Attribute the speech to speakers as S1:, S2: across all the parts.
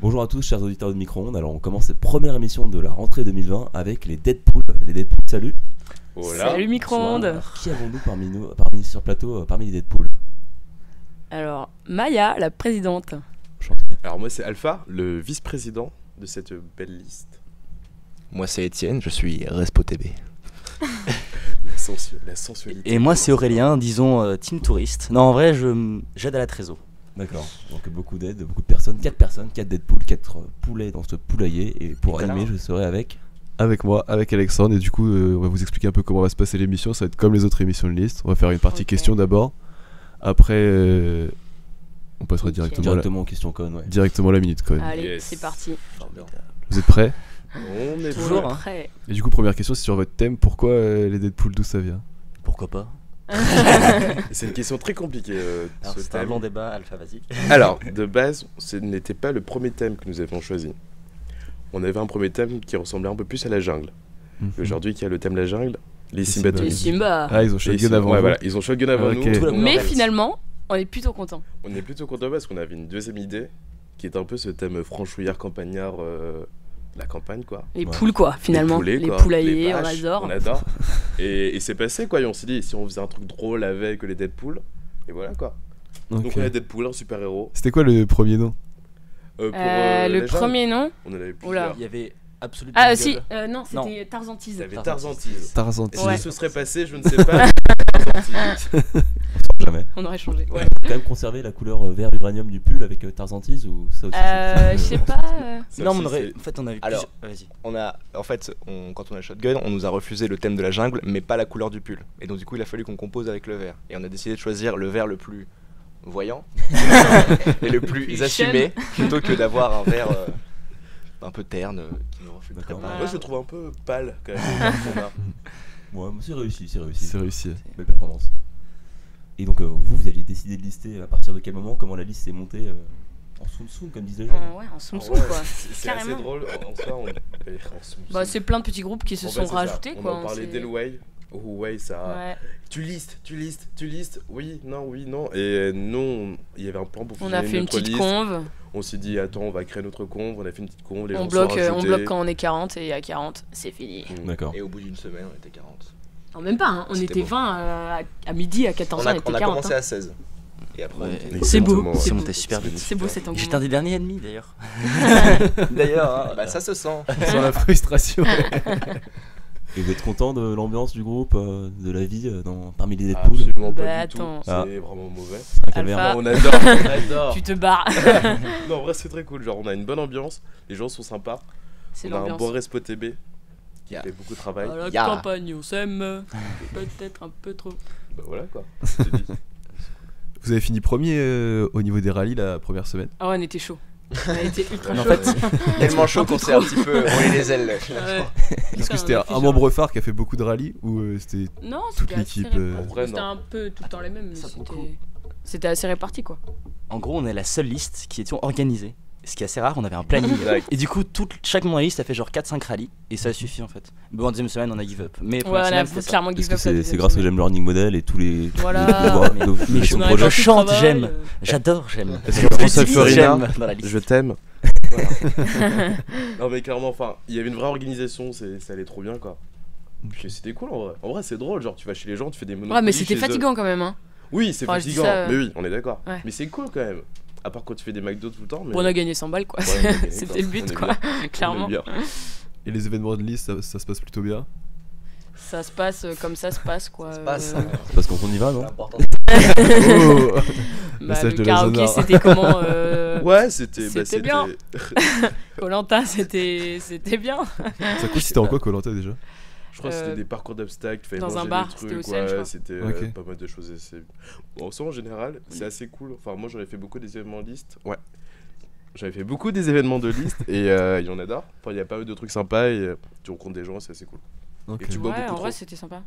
S1: Bonjour à tous, chers auditeurs de micro-ondes. Alors, on commence cette première émission de la rentrée 2020 avec les Deadpool. Les Deadpool, salut.
S2: Voilà.
S3: Salut micro-ondes.
S1: Bonsoir. Qui avons-nous parmi nous, parmi sur plateau, euh, parmi les Deadpool
S3: Alors, Maya, la présidente.
S1: Chantez.
S2: Alors moi c'est Alpha, le vice-président de cette belle liste.
S4: Moi c'est Étienne, je suis Respo TB.
S2: La, sensu- la sensualité.
S5: Et moi, c'est Aurélien, disons euh, Team Touriste. Non, en vrai, je j'aide à la trésor.
S1: D'accord. Donc, beaucoup d'aide, beaucoup de personnes. 4 personnes, 4 Deadpool, 4 poulets dans ce poulailler. Et pour
S5: Et
S1: animer,
S5: Connard.
S1: je serai avec.
S6: avec moi, avec Alexandre, et du coup, euh, on va vous expliquer un peu comment va se passer l'émission. Ça va être comme les autres émissions de liste. On va faire une partie
S3: Ok.
S6: questions d'abord. Après, euh, on passera
S3: Ok.
S6: directement, à la-
S1: Directement aux questions con, ouais.
S6: directement à la minute conne.
S3: Allez,
S2: Yes.
S3: c'est parti.
S2: Formidable.
S6: Vous êtes prêts
S2: On est
S5: Toujours,
S2: prêt.
S5: hein.
S3: Après.
S6: Et du coup, première question, c'est sur votre thème. Pourquoi euh, les Deadpool D'où ça vient
S5: Pourquoi pas
S2: C'est une question très compliquée euh,
S5: Alors,
S2: ce
S5: C'est un
S2: thème.
S5: long débat, Alpha, vas-y.
S2: Alors de base, ce n'était pas le premier thème que nous avions choisi. On avait un premier thème qui ressemblait un peu plus à la jungle. Et Aujourd'hui, qui a le thème la jungle Les
S6: Hmm. Les
S2: Simbatons.
S3: Et
S6: Allez.
S3: Simba.
S6: Mhm. Ah, ils ont
S2: Les
S6: shotgun
S2: Sim-
S6: avant.
S2: ouais,
S6: vous.
S2: voilà, ils ont shotgun avant
S6: Ok.
S2: nous.
S5: Tout la-
S2: donc
S3: Mais
S2: Bah on-
S3: finalement, on est plutôt content.
S2: On est plutôt content parce qu'on avait une deuxième idée qui est un peu ce thème franchouillard campagnard, euh, la campagne quoi.
S3: Les
S1: Ouais.
S3: poules, quoi, finalement.
S2: poulets, quoi,
S3: poulaillers, on
S2: vaches,
S3: adore.
S2: On adore. et, et c'est passé quoi. Et on s'est dit, si on faisait un truc drôle avec les Deadpool, et voilà quoi.
S6: Ok.
S2: Donc on a Deadpool, un super héros.
S6: C'était quoi le premier nom
S3: Euh, le premier nom
S2: On en avait
S3: Oula.
S2: plusieurs.
S5: Il y avait absolument.
S3: Ah, si, euh, non, c'était
S5: Non.
S2: Il y
S3: Tarzantise.
S2: avait
S5: Tarzan.
S2: Tarzantise.
S6: Tarzan.
S2: Et si
S3: Ouais.
S2: ce serait passé, je ne sais pas. Tarzantise.
S1: Jamais.
S3: On aurait changé.
S2: Ouais.
S1: Quand même conserver la couleur euh, vert uranium du pull avec euh, Tarzantis ou ça aussi
S3: Euh, je sais pas. euh,
S2: Ça
S5: Non,
S2: aussi,
S5: mais on aurait-
S2: c'est-
S5: en fait, on avait
S4: Alors-
S5: plusieurs- Vas-y.
S4: On a, en fait, on- quand on a Shotgun, on nous a refusé le thème de la jungle, mais pas la couleur du pull. Et donc du coup, il a fallu qu'on compose avec le vert. Et on a décidé de choisir le vert le plus voyant et le plus assumé, plutôt que d'avoir un vert euh, un peu terne euh, qui nous reflète
S1: D'accord.
S2: Moi, je le trouve un peu pâle quand même.
S1: Ouais, mais c'est réussi, c'est réussi.
S6: C'est réussi.
S1: Belle performance. Et donc, euh, vous, vous avez décidé de lister à partir de quel moment, comment la liste s'est montée euh, en soum soum, comme disent les gens.
S3: en- ouais, en soum soum,
S2: Ah Ouais,
S3: quoi.
S2: c'est- C'est assez
S3: Carrément.
S2: drôle. En en soi, on. eh, en soum soum.
S3: Bah, c'est plein de petits groupes qui se
S2: En fait,
S3: sont
S2: bah, c'est ça.
S3: rajoutés, quoi.
S2: On en
S3: hein,
S2: parlait
S3: c'est-
S2: dès le Way. Oh, Way, ça.
S3: Ouais.
S2: Tu listes, tu listes, tu listes, oui, non, oui, non. Et euh, non, il y avait un plan pour
S3: On a
S2: fusionner
S3: fait une
S2: notre
S3: petite
S2: liste.
S3: conve.
S2: On s'est dit, attends, on va créer notre conve, on a fait une petite conve, les
S3: On
S2: gens
S3: bloque,
S2: sont
S3: euh, on
S2: rajoutés.
S3: bloque quand on est 40 et à 40, c'est fini.
S1: D'accord.
S4: Et au bout d'une semaine, on était 40.
S3: Non, même pas, hein, on
S4: C'était
S3: était
S4: beau.
S3: 20 euh, à, à midi, à 14
S4: On
S3: ans,
S4: a,
S3: on était
S4: on a
S3: 40.
S4: commencé
S3: hein.
S4: à 16. Et après, on
S5: Ouais.
S4: était-
S2: Exactement,
S3: C'est beau,
S2: ouais.
S5: C'est
S3: beau.
S5: monté super vite.
S3: C'est beau cet
S5: J'étais un
S3: engouement.
S5: des derniers ennemis, d'ailleurs. d'ailleurs. hein.
S4: Bah, ça se sent.
S6: Sans la frustration.
S1: Et vous êtes content de l'ambiance du groupe, euh, de la vie euh, dans, parmi
S2: Ah.
S1: les Deadpool
S2: Absolument pas
S3: Bah,
S2: du
S3: attends.
S2: tout. C'est
S1: Ah.
S2: vraiment mauvais.
S1: Un calvaire.
S3: Alpha. Ah.
S2: On adore, on adore.
S3: Tu te barres,
S2: non, en vrai, c'est très cool. Genre, on a une bonne ambiance, les gens sont sympas.
S3: c'est
S2: On a un bon hein.
S3: l'ambiance.
S2: respo TB qui
S4: Yeah.
S2: fait beaucoup de travail.
S3: À la
S4: Ya.
S3: campagne, on s'aime. Peut-être un peu trop.
S2: Bah, voilà quoi. C'est dit.
S6: Vous avez fini premier euh, au niveau des rallyes la première semaine.
S3: Ah ouais, on était chaud. On a été ultra
S2: Mais en
S3: chaud.
S2: fait-
S4: Tellement chaud qu'on s'est un petit peu roulé les ailes.
S3: Ouais.
S6: Est-ce
S3: Putain,
S6: que c'était
S3: on a
S6: un,
S3: fait
S6: un
S3: genre-
S6: membre phare qui a fait beaucoup de rallyes ou euh, c'était
S3: Non,
S6: toute
S3: c'était assez
S6: l'équipe,
S3: réparti.
S6: euh,
S2: En vrai,
S3: C'était
S2: non.
S3: un peu tout le temps les mêmes. mais
S5: Ça, pour le
S3: c'était- C'était assez réparti quoi.
S5: En gros, on est la seule liste qui étions organisés. Ce qui est assez rare, on avait un planning.
S2: Exact.
S5: Et du coup, toute, chaque mois de liste, ça fait genre 4-5 rallyes. Et ça suffit en fait. Bon, en deuxième semaine, on a give up. Mais
S3: Ouais,
S5: première
S3: on a
S5: semaine, c'était ça.
S3: clairement
S1: Parce
S3: give
S1: que
S3: up. la
S1: c'est c'est
S3: deuxième
S1: grâce au
S3: semaine.
S1: J'aime Learning Model et tous les. tous
S3: Voilà.
S1: les- tous les- tous les-
S5: Mais
S1: tous
S5: je
S3: On
S1: les projets.
S3: a
S5: je
S3: parti de
S5: chante,
S3: travail,
S5: j'aime.
S3: euh,
S5: J'adore, j'aime.
S6: Est-ce
S2: que François
S5: Utilise
S2: Florida-
S5: j'aime dans la liste.
S2: Je t'aime. Voilà. non mais clairement, enfin, il y avait une vraie organisation, c'est- ça allait trop bien quoi. Puis c'était cool en vrai. En vrai, c'est drôle, genre tu vas chez les gens, tu fais des monopolies
S3: Ouais, mais c'était
S2: chez
S3: fatigant quand même. hein.
S2: eux. Oui, c'est
S3: Enfin, je dis
S2: fatigant.
S3: ça, euh.
S2: Mais oui, on est d'accord.
S3: Ouais.
S2: Mais c'est cool quand même. À part quand tu fais des McDo tout le temps. Mais...
S3: Bon, on a gagné 100 balles quoi.
S2: Ouais, on a gagné,
S3: C'était
S2: quoi.
S3: le
S2: On
S3: but
S2: est
S3: quoi,
S2: bien.
S3: clairement.
S2: On est bien.
S6: Et les événements de liste, ça, ça se passe plutôt bien.
S3: Ça se passe euh, comme ça se passe quoi.
S4: Ça se passe.
S3: Euh,
S1: Parce qu'on y va, non
S4: L'important,
S6: Oh
S3: bah,
S6: Message
S3: le
S6: de
S3: karaoké
S6: Lazare.
S3: c'était comment euh,
S2: Ouais, c'était.
S3: C'était bien. Colanta c'était c'était bien.
S6: Ça consistait en quoi Colanta déjà
S2: Je crois que
S3: Euh,
S2: c'était des parcours d'obstacles, fallait
S3: dans
S2: manger
S3: un
S2: des
S3: bar,
S2: trucs,
S3: c'était au Seine, je
S2: ouais,
S3: crois.
S2: c'était euh,
S6: Ok.
S2: pas mal de choses. et c'est- Bon, en soi, en général, c'est assez cool. Enfin, moi, j'en ai fait beaucoup des événements de liste. Ouais. J'avais fait beaucoup des événements de liste et euh, il y en a d'art. Enfin, il y a pas mal de trucs sympas et euh, tu rencontres des gens, c'est assez cool.
S6: Ok.
S2: Et tu bois
S3: Ouais, en
S2: beaucoup
S3: vrai
S2: trop.
S3: c'était sympa.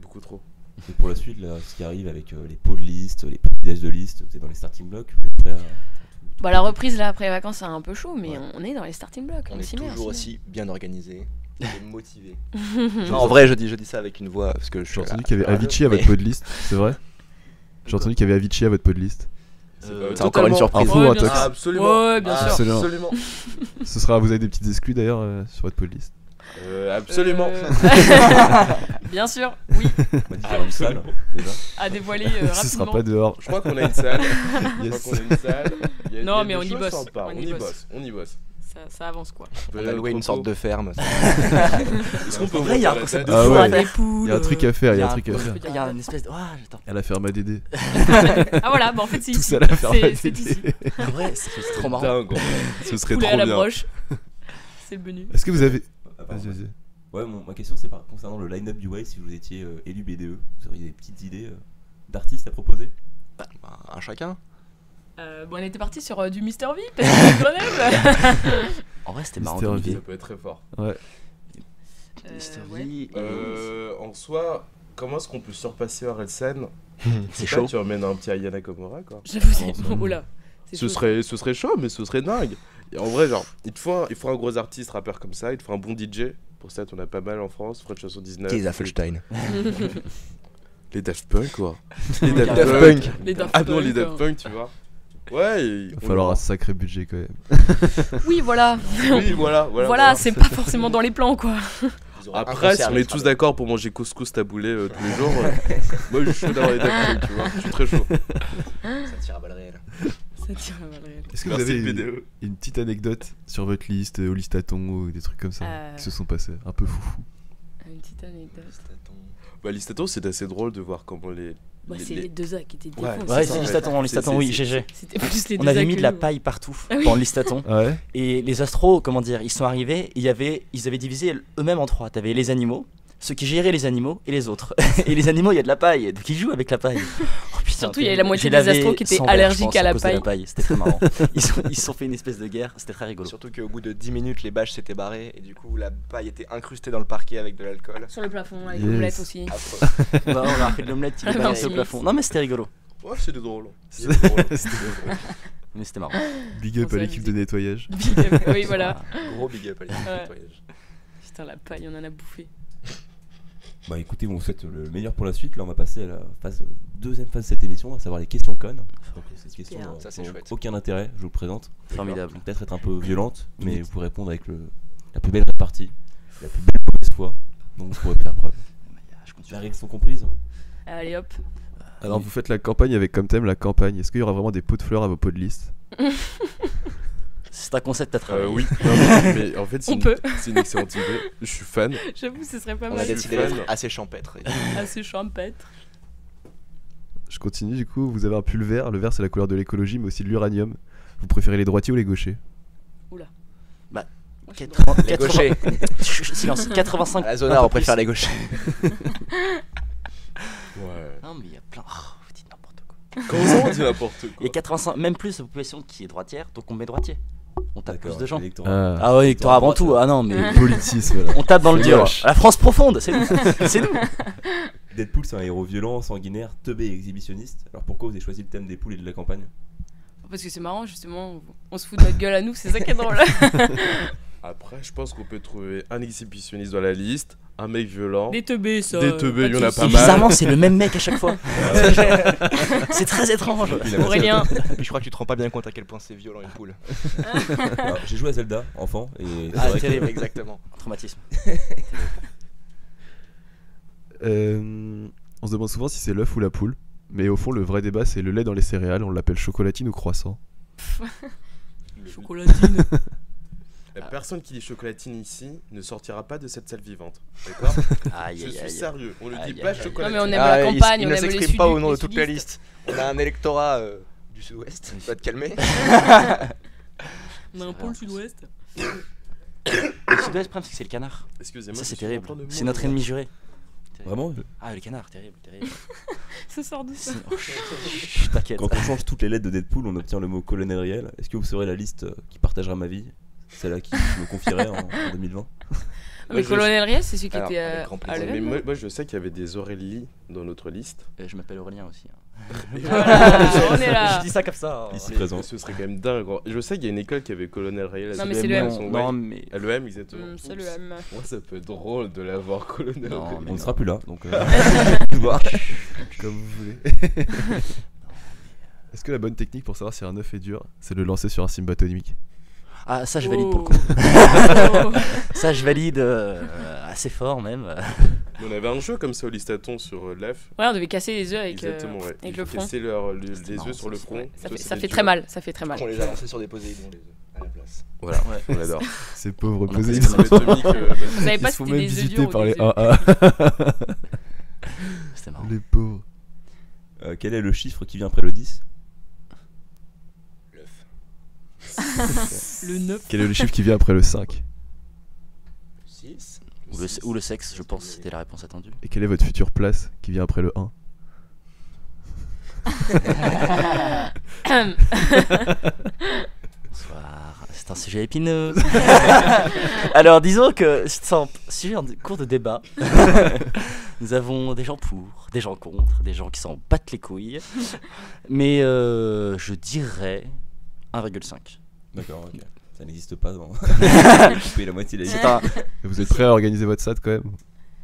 S2: Beaucoup trop.
S1: Et pour la suite, là, ce qui arrive avec euh, les pots de liste, les petits déj de liste, vous êtes dans les starting blocks, vous êtes prêts à-
S3: Bon, Bah, la reprise là après les vacances, c'est un peu chaud, mais
S1: Ouais.
S3: on est dans les starting blocks.
S4: On
S3: s'y
S4: est
S3: met, on
S4: toujours
S3: s'y
S4: aussi bien organisé et motivé.
S3: met.
S4: Non, en vrai, je dis, je dis ça avec une voix parce que Ah, je suis.
S6: J'ai entendu
S4: à-
S6: qu'il y
S4: à
S6: avait
S4: la radio,
S6: Avicii à votre
S4: mais-
S6: pod list, c'est vrai J'ai entendu qu'il y avait Avicii à votre pod list.
S2: Euh,
S4: C'est encore une
S2: totalement.
S4: surprise.
S6: Info, un
S3: Ah, bien
S6: texte.
S3: sûr.
S2: Absolument.
S3: Ouais, Ah, bien sûr.
S6: Excellent.
S2: Absolument.
S6: Ce sera, vous avez des petites exclus d'ailleurs euh, sur votre playlist.
S2: Euh, absolument.
S3: Euh, bien sûr, oui,
S1: On m'a dit qu'il y avait une salle, déjà.
S3: à dévoiler euh,
S6: Ce sera
S3: rapidement.
S6: pas dehors.
S2: Je crois qu'on a une salle. Je
S6: Yes.
S2: crois qu'on a une salle. Il y a- il y a
S3: Non,
S2: des
S3: mais on y
S2: choses
S3: bosse.
S2: sympas. On y bosse. On y bosse.
S3: ça, ça avance quoi.
S4: On a loué une sorte de ferme.
S2: Est-ce qu'on peut
S5: vrai, il y a un
S2: monter la
S5: concept hein.
S2: tête
S6: de Ah
S3: Jouer à
S6: ouais.
S3: des poules,
S6: Il y a un truc à faire, il y a un truc à
S3: euh,
S6: faire.
S3: je peux
S5: Il y
S3: dire.
S5: a une espèce de. Ah, j'attends.
S6: À la ferme ADD.
S3: Ah voilà, bah en fait c'est
S6: Tout
S3: ici.
S6: ça à la ferme
S3: C'est c'est ici.
S6: ADD.
S5: En vrai, c'est c'est trop marrant.
S2: Dingue.
S6: Ce serait
S3: Poulet à
S6: trop
S3: la
S6: bien.
S3: broche. C'est le menu.
S6: Est-ce que vous avez.
S1: Ah, pardon.
S6: Vas-y, vas-y.
S1: Ouais, mon- ma question c'est par- concernant le line-up du Way, si vous étiez euh, élu BDE, vous auriez des petites idées euh, d'artistes à proposer
S4: Bah, Un chacun.
S3: Euh, bon, on était parti sur euh, du Mister V, parce que c'est Grenoble.
S5: En vrai, c'était
S6: Mr.
S5: marrant comme
S6: V.
S5: idée.
S2: Ça peut être très fort.
S3: Euh,
S5: Mr. V,
S3: ouais.
S5: et-
S2: Euh, en soi, comment est-ce qu'on peut surpasser Orelsan
S5: C'est
S2: Toi,
S5: chaud.
S2: Tu emmènes un petit Ayana Komora, quoi.
S3: J'avoue, c'est
S1: Ensemble.
S3: bon. Oh là. c'est
S2: Ce
S3: chaud.
S2: serait, ce serait chaud, mais ce serait dingue. Et en vrai, genre, il te faut un, il te faut un gros artiste rappeur comme ça, il te faut un bon DJ. Pour ça, t'en as pas mal en France. Fred 79.
S4: Keith Affelstein.
S2: Les Daft Punk, quoi. les
S5: Les
S2: Daft
S5: Daft
S2: Punk.
S3: Les Daft
S2: Ah non, les
S3: Punk, hein.
S2: Daft Punk, tu vois. Ouais, il
S6: Il va falloir un sacré budget quand même.
S3: Oui, voilà.
S2: Oui, voilà, voilà.
S3: Voilà, c'est pas forcément dans les plans quoi.
S2: Après, si on est tous d'accord pour manger couscous taboulé euh, tous les jours, euh, moi je suis chaud d'avoir les Daft Punk, tu vois. Je suis très chaud.
S4: Ça tire à balles réelles.
S3: Ça tire à balles réelles.
S6: Est-ce que vous
S2: Merci, E.
S6: avez une,
S2: PDE.
S6: une petite anecdote sur votre liste, euh, au listaton ou des trucs comme ça
S3: Euh.
S6: qui se sont passés Un peu foufou.
S3: Une petite anecdote.
S2: Bah, Listato, c'est assez drôle de voir comment les.
S3: Bah,
S2: les-
S3: c'est les
S2: les-
S3: deux A qui étaient
S2: Ouais,
S3: défoncés.
S5: Ouais,
S2: ça,
S5: c'est
S2: ouais.
S5: Listaton,
S2: C'est-
S5: Listaton,
S2: c'est-
S5: oui, GG.
S3: C'était plus les deux
S5: On avait
S3: A
S5: mis
S3: que
S5: de la
S3: nous.
S5: paille partout
S3: Ah oui.
S5: dans le Listaton.
S6: Ah ouais
S5: Et les astros, comment dire, ils sont arrivés, il y avait, ils avaient divisé eux-mêmes en trois. T'avais les animaux, ceux qui géraient les animaux et les autres. et les animaux, il y a de la paille, donc ils jouent avec la paille. Oh, putain,
S3: Surtout, il y avait
S5: terrible.
S3: la moitié
S5: J'ai
S3: des
S5: lavé
S3: astros qui étaient
S5: 100 verres, je
S3: allergiques
S5: pense,
S3: à la
S5: cause de
S3: paille.
S5: C'était très marrant. ils se sont, ils se sont fait une espèce de guerre, c'était très rigolo.
S4: Surtout qu'au bout de 10 minutes, les bâches s'étaient barrées et du coup, la paille était incrustée dans le parquet avec de l'alcool.
S3: Sur le plafond, avec
S6: Yes.
S3: l'omelette aussi.
S4: Affreux.
S5: Bah, on a fait de l'omelette, il est
S3: Ah,
S5: balancé au
S3: merci.
S5: plafond. Non, mais c'était rigolo.
S2: Ouais, c'est des drôles. C'est des drôles.
S5: Mais c'était marrant.
S6: Big
S3: On
S6: up à
S3: s'est
S6: l'équipe de
S3: amusé.
S6: nettoyage.
S3: Big up. oui, voilà.
S4: Gros big up à l'équipe de
S3: Ouais.
S4: nettoyage.
S3: Putain, la paille, on en a bouffé.
S1: Bah écoutez, on vous souhaite le meilleur pour la suite. Là, on va passer à la phase, euh, deuxième phase de cette émission, à savoir les questions connes. Donc, ces questions
S3: super.
S1: n'ont-
S4: Ça, c'est
S1: n'ont
S4: chouette.
S1: aucun intérêt, je vous le présente.
S5: Ah
S1: Elles
S5: Formidable.
S1: vont peut-être être un peu violentes, mais vous pouvez répondre avec le, la plus belle répartie, la plus belle mauvaise foi. Donc vous pourrez faire preuve.
S5: Je compte sur
S1: Les règles sont comprises
S3: Allez hop.
S6: Alors vous faites la campagne avec comme thème la campagne. Est-ce qu'il y aura vraiment des pots de fleurs à vos pots de liste
S5: C'est un concept à
S2: Euh,
S5: travailler.
S2: oui, Non, mais, mais en fait, c'est
S3: On
S2: une-
S3: peut.
S2: c'est une excellente idée. Je suis fan.
S3: J'avoue, ce serait pas
S4: On a
S3: mal.
S2: des-
S4: décidé
S2: fan.
S4: d'être assez champêtre.
S3: Assez champêtre.
S6: Je continue du coup. Vous avez un pull vert. Le vert c'est la couleur de l'écologie mais aussi de l'uranium. Vous préférez les droitiers ou les gauchers
S3: Moi, je suis
S5: 80,
S4: Les gauchers. Ah,
S5: Chut, Silence, 85.
S4: À la zone A, on préfère les gauchers.
S2: Ouais.
S5: Non, mais il y a plein. Oh, vous dites n'importe quoi.
S2: Comment ça, on dit n'importe
S5: Il y
S2: quoi
S5: a 85, même plus la population qui est droitière, donc on met droitier. On tape plus de gens.
S1: électoral.
S6: Ah.
S5: Ah ouais, Victor avant
S1: Droite,
S5: tout. Ah non, mais
S6: Politisme. Là.
S5: on tape dans le
S6: C'est
S5: dur.
S6: moche.
S5: La France profonde, c'est nous. C'est nous.
S1: Deadpool, c'est un héros violent, sanguinaire, teubé et exhibitionniste. Alors pourquoi vous avez choisi le thème des poules et de la campagne
S3: Parce que c'est marrant, justement, on se fout de notre gueule à nous, c'est ça qui est drôle.
S2: Après, je pense qu'on peut trouver un exhibitionniste dans la liste, un mec violent.
S3: Des teubés, ça.
S2: Des teubés,
S3: de
S2: il y en a
S3: soucis.
S5: Et
S2: Pas mal.
S5: bizarrement, c'est le même mec à chaque fois. c'est très étrange.
S1: Il a-
S3: Aurélien,
S4: Puis je crois que tu te rends pas bien compte à quel point c'est violent une poule.
S1: Alors, Ah, J'ai joué à Zelda, enfant, et c'est
S5: Ah,
S1: vrai que-
S5: terrible.
S4: Exactement.
S5: Traumatisme.
S6: Euh, on se demande souvent si c'est l'œuf ou la poule. Mais au fond, le vrai débat, c'est le lait dans les céréales. On l'appelle chocolatine ou croissant.
S3: chocolatine.
S2: La personne qui dit chocolatine ici ne sortira pas de cette salle vivante. D'accord
S5: Aïe,
S2: Je
S5: aïe,
S2: suis
S5: aïe.
S2: sérieux. On ne
S5: Aïe,
S2: dit
S5: aïe,
S2: pas
S5: aïe.
S3: non, mais
S2: chocolatine.
S3: on aime la
S4: Ah, il-
S3: campagne,
S4: il
S3: on
S4: ne
S3: aime les
S4: s'exprime pas
S3: sudistes,
S4: au nom de
S3: les
S4: toute la
S3: sudistes.
S4: liste. On a un électorat euh, du sud-ouest. Tu vas te calmer.
S3: On a un
S5: C'est
S3: pôle
S5: vrai.
S3: sud-ouest.
S5: Le sud-ouest, le problème, c'est que c'est le canard.
S2: Excusez-moi.
S5: Ça,
S2: je
S5: c'est
S2: suis
S5: terrible.
S2: en train de
S5: C'est notre
S2: mourir.
S5: ennemi juré.
S1: Vraiment,
S5: Ah, le canard, terrible, terrible.
S3: Ça sort d'où ça
S5: C'est- Chut, T'inquiète.
S1: quand on change toutes les lettres de Deadpool, on obtient le mot colonel réel. Est-ce que vous serez la liste euh, qui partagera ma vie Celle-là qui me confierait en, en 2020
S2: Moi,
S3: Ah, Mais
S2: je-
S3: Colonel Riel, c'est celui qui
S4: Alors,
S3: était
S4: avec
S3: euh,
S4: grand
S3: à
S4: plaisir.
S2: Mais
S3: l'EM.
S2: moi, moi, je sais qu'il y avait des Aurélie dans notre liste.
S5: Euh, Je m'appelle Aurélien aussi. hein.
S3: Voilà, on est là.
S5: Je dis ça comme ça. hein.
S1: Ici
S2: Mais
S1: présent.
S2: Ce serait quand même dingue. hein. Je sais qu'il y a une école qui avait Colonel Rayel.
S3: Non, mais c'est l'EM.
S5: Non, non, mais.
S2: LEM, exactement.
S3: Hum, C'est
S2: Oups.
S3: le M.
S2: Ouais, ça peut être drôle de l'avoir, Colonel
S5: Non,
S2: Rayel.
S1: On
S5: mais
S1: ne sera plus là, donc. euh,
S6: Comme vous voulez. Est-ce que la bonne technique pour savoir si un œuf est dur, c'est de le lancer sur un signe batonique
S5: Ah, ça, je valide pour le coup. Ça, je valide euh, assez fort, même.
S2: On avait un jeu comme ça au listaton sur euh, l'EF.
S3: Ouais, on devait casser les œufs avec, euh,
S2: Exactement, ouais.
S3: avec
S2: Ils
S3: le front.
S2: cassaient leur- le- les
S5: marrant,
S2: yeux sur le
S5: ça,
S2: front.
S5: ouais.
S3: Ça
S2: Ça,
S3: fait,
S2: c'était
S3: ça fait
S2: dur.
S3: très mal, ça fait très mal.
S4: On les a lancés sur des Poséidons, les œufs, à la place.
S2: Voilà,
S5: Ouais.
S2: on adore.
S6: C'est pauvre
S2: C'est
S6: posé.
S2: une anatomie que-
S3: Vous savez
S6: Ils
S3: pas
S6: se
S3: si
S6: font
S3: c'était des
S6: même
S3: œufs
S6: visiter
S3: durs ou
S6: par les
S3: des œufs.
S6: AA.
S5: C'était marrant.
S6: les pauvres.
S1: Euh, quel est le chiffre qui vient après le 10
S4: L'œuf.
S3: Le neuf.
S6: Quel est le chiffre qui vient après le 5
S4: 6.
S5: Ou le, ou le sexe, je pense, c'était la réponse attendue.
S6: Et quelle est votre future place qui vient après le 1
S5: Bonsoir. C'est un sujet épineux. Alors, disons que c'est un sujet en cours de débat. Nous avons des gens pour, des gens contre, des gens qui s'en battent les couilles. Mais euh, je dirais 1,5.
S1: D'accord, ok. Ça n'existe pas dans. J'ai coupé la moitié de la
S5: C'est un-
S6: Vous êtes prêts à organiser votre SAT quand même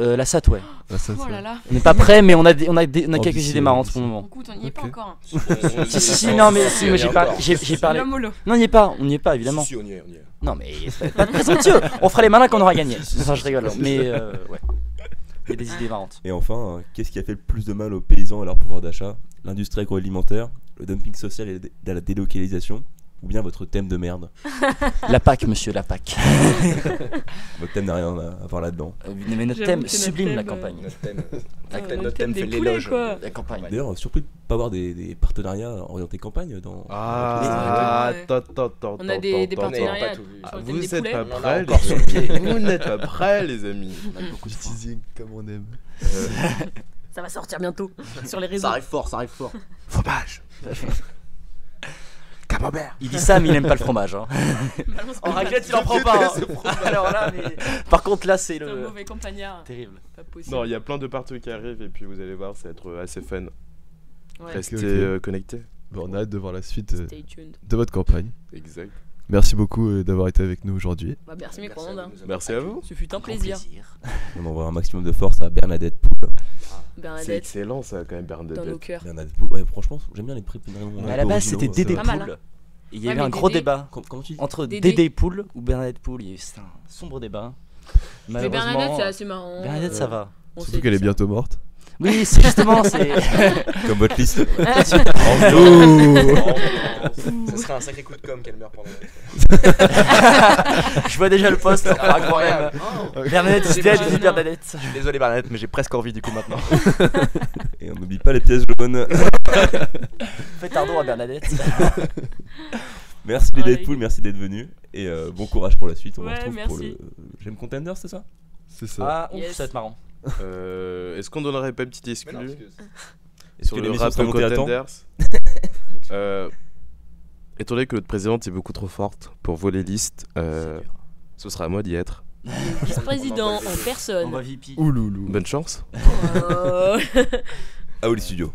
S5: euh, la SAT, ouais.
S6: La SAT,
S3: Oh
S6: ça-
S3: là là.
S5: On n'est pas prêt, mais on a, des- on a, des- on a quelques
S6: Ambitieux,
S5: idées marrantes pour le
S3: Bon,
S5: moment.
S3: Écoute, on n'y est pas
S6: Ok.
S3: encore. hein.
S5: Si, si, si, non, mais, si, mais j'ai pas- j'ai- j'ai parlé.
S3: L'homme au lot.
S5: Non, on n'y est pas, on n'y est pas, évidemment.
S4: Si, si, on y est, on y est.
S5: Non, mais pas de présomptueux. On fera les malins qu'on aura gagné. Enfin, je rigole, mais euh, ouais. Il y a des idées marrantes.
S1: Et enfin, euh, qu'est-ce qui a fait le plus de mal aux paysans et à leur pouvoir d'achat L'industrie agroalimentaire, le dumping social et la dé- la délocalisation Ou bien votre thème de merde
S5: La PAC, monsieur, la PAC.
S1: Votre thème n'a rien à à voir là-dedans.
S5: Euh, Mais notre
S3: J'avoue que
S5: thème
S3: notre
S5: sublime, la
S3: thème, euh,
S5: campagne.
S4: Notre thème,
S5: La
S3: notre
S5: campagne.
S3: thème des
S4: fait
S3: poulets,
S4: l'éloge.
S3: quoi.
S4: de
S5: La campagne.
S1: D'ailleurs, surpris de ne pas avoir des, des partenariats orientés campagne dans.
S2: Ah,
S3: Ouais.
S2: attends, attends, attends.
S3: On a des- des
S4: On
S2: attends,
S4: n'avait
S2: attends.
S3: partenariats.
S4: pas tout vu.
S3: Ah,
S4: Ah,
S3: sur le thème des
S2: Vous êtes
S3: poulets.
S2: pas
S4: On en a
S2: prêts,
S4: encore sur le
S2: les
S4: pied.
S2: amis. Vous n'êtes pas prêts, les amis.
S6: Du teasing comme on aime.
S4: Euh,
S3: Ça va sortir bientôt sur les réseaux.
S4: Ça arrive fort, ça arrive fort.
S2: Fromage. Camembert.
S5: Il dit ça, mais il aime pas le fromage. Hein. en raclette, il en prend pas. hein. Alors là, mais... Par contre, là, c'est
S3: C'est un
S5: le.
S3: mauvais campagnard.
S5: Terrible.
S3: Pas possible.
S2: Non, il y a plein de partout qui arrivent et puis vous allez voir, ça va être euh, assez fun.
S3: Ouais.
S2: Restez
S6: Ok, ok.
S2: euh, connectés.
S6: Bon, on a hâte de voir la suite euh,
S3: Stay tuned.
S6: de votre campagne.
S2: Exact.
S6: Merci beaucoup euh, d'avoir été avec nous aujourd'hui.
S3: Bah, merci, mes
S4: à
S3: commandes.
S4: vous.
S2: Merci à vous.
S3: Ce fut un
S5: Grand
S3: plaisir.
S1: On envoie un maximum de force à Bernadette Poul.
S2: C'est
S3: Bernadette,
S2: excellent ça quand même,
S3: dans nos
S2: Bernadette.
S3: cœurs.
S1: Bernadette Poul, ouais, franchement, j'aime bien les prénoms.
S5: Mais à la base, c'était Dédé
S3: Pas mal,
S5: Poule. Il y a
S3: Ouais,
S5: eu un
S3: mais
S5: gros
S3: Dédé-
S5: débat
S1: Comment, comment tu dis
S5: entre
S3: Dédé.
S5: Dédé Poule ou Bernadette Poule. Il y a eu c'est un sombre débat.
S3: Mais
S5: Malheureusement,
S3: Bernadette, c'est assez marrant.
S5: Bernadette, ça va.
S3: On
S6: Surtout
S3: sait
S6: qu'elle est
S3: ça.
S6: bientôt morte.
S5: Oui, c'est justement, c'est.
S1: Comme votre liste.
S5: Oh.
S4: Ça serait un sacré coup de com' qu'elle meurt pendant notre-
S5: Je vois déjà le poste. Incroyable.
S4: Oh.
S5: Bernadette is
S4: J'ai
S5: dead,
S4: pas-
S5: il dit
S3: non.
S5: Bernadette.
S4: Je suis désolé, Bernadette, mais j'ai presque envie du coup maintenant.
S1: Et on n'oublie pas les pièces jaunes.
S5: Faites un don à Bernadette.
S1: Merci les
S3: Ouais.
S1: Deadpool, merci d'être venu. Et euh, bon courage pour la suite. On
S3: Ouais,
S1: se retrouve pour
S3: merci.
S1: le. J'aime Contender, c'est ça
S6: C'est
S5: Ah,
S6: ça.
S5: ouf,
S3: Yes.
S5: ça va être marrant.
S2: Euh, Est-ce qu'on donnerait pas une petite exclue
S1: Est-ce
S2: sur
S1: que
S2: le
S1: l'émission
S2: rap
S1: sera montée à temps
S2: contenders euh, Étant donné que notre présidente est beaucoup trop forte pour voler liste, euh, ce sera à moi d'y être.
S3: Vice-président en
S4: On va
S5: On va
S3: personne.
S5: VIP.
S6: Ouloulou.
S2: Bonne chance.
S3: Oh.
S1: Ah oui, les studios.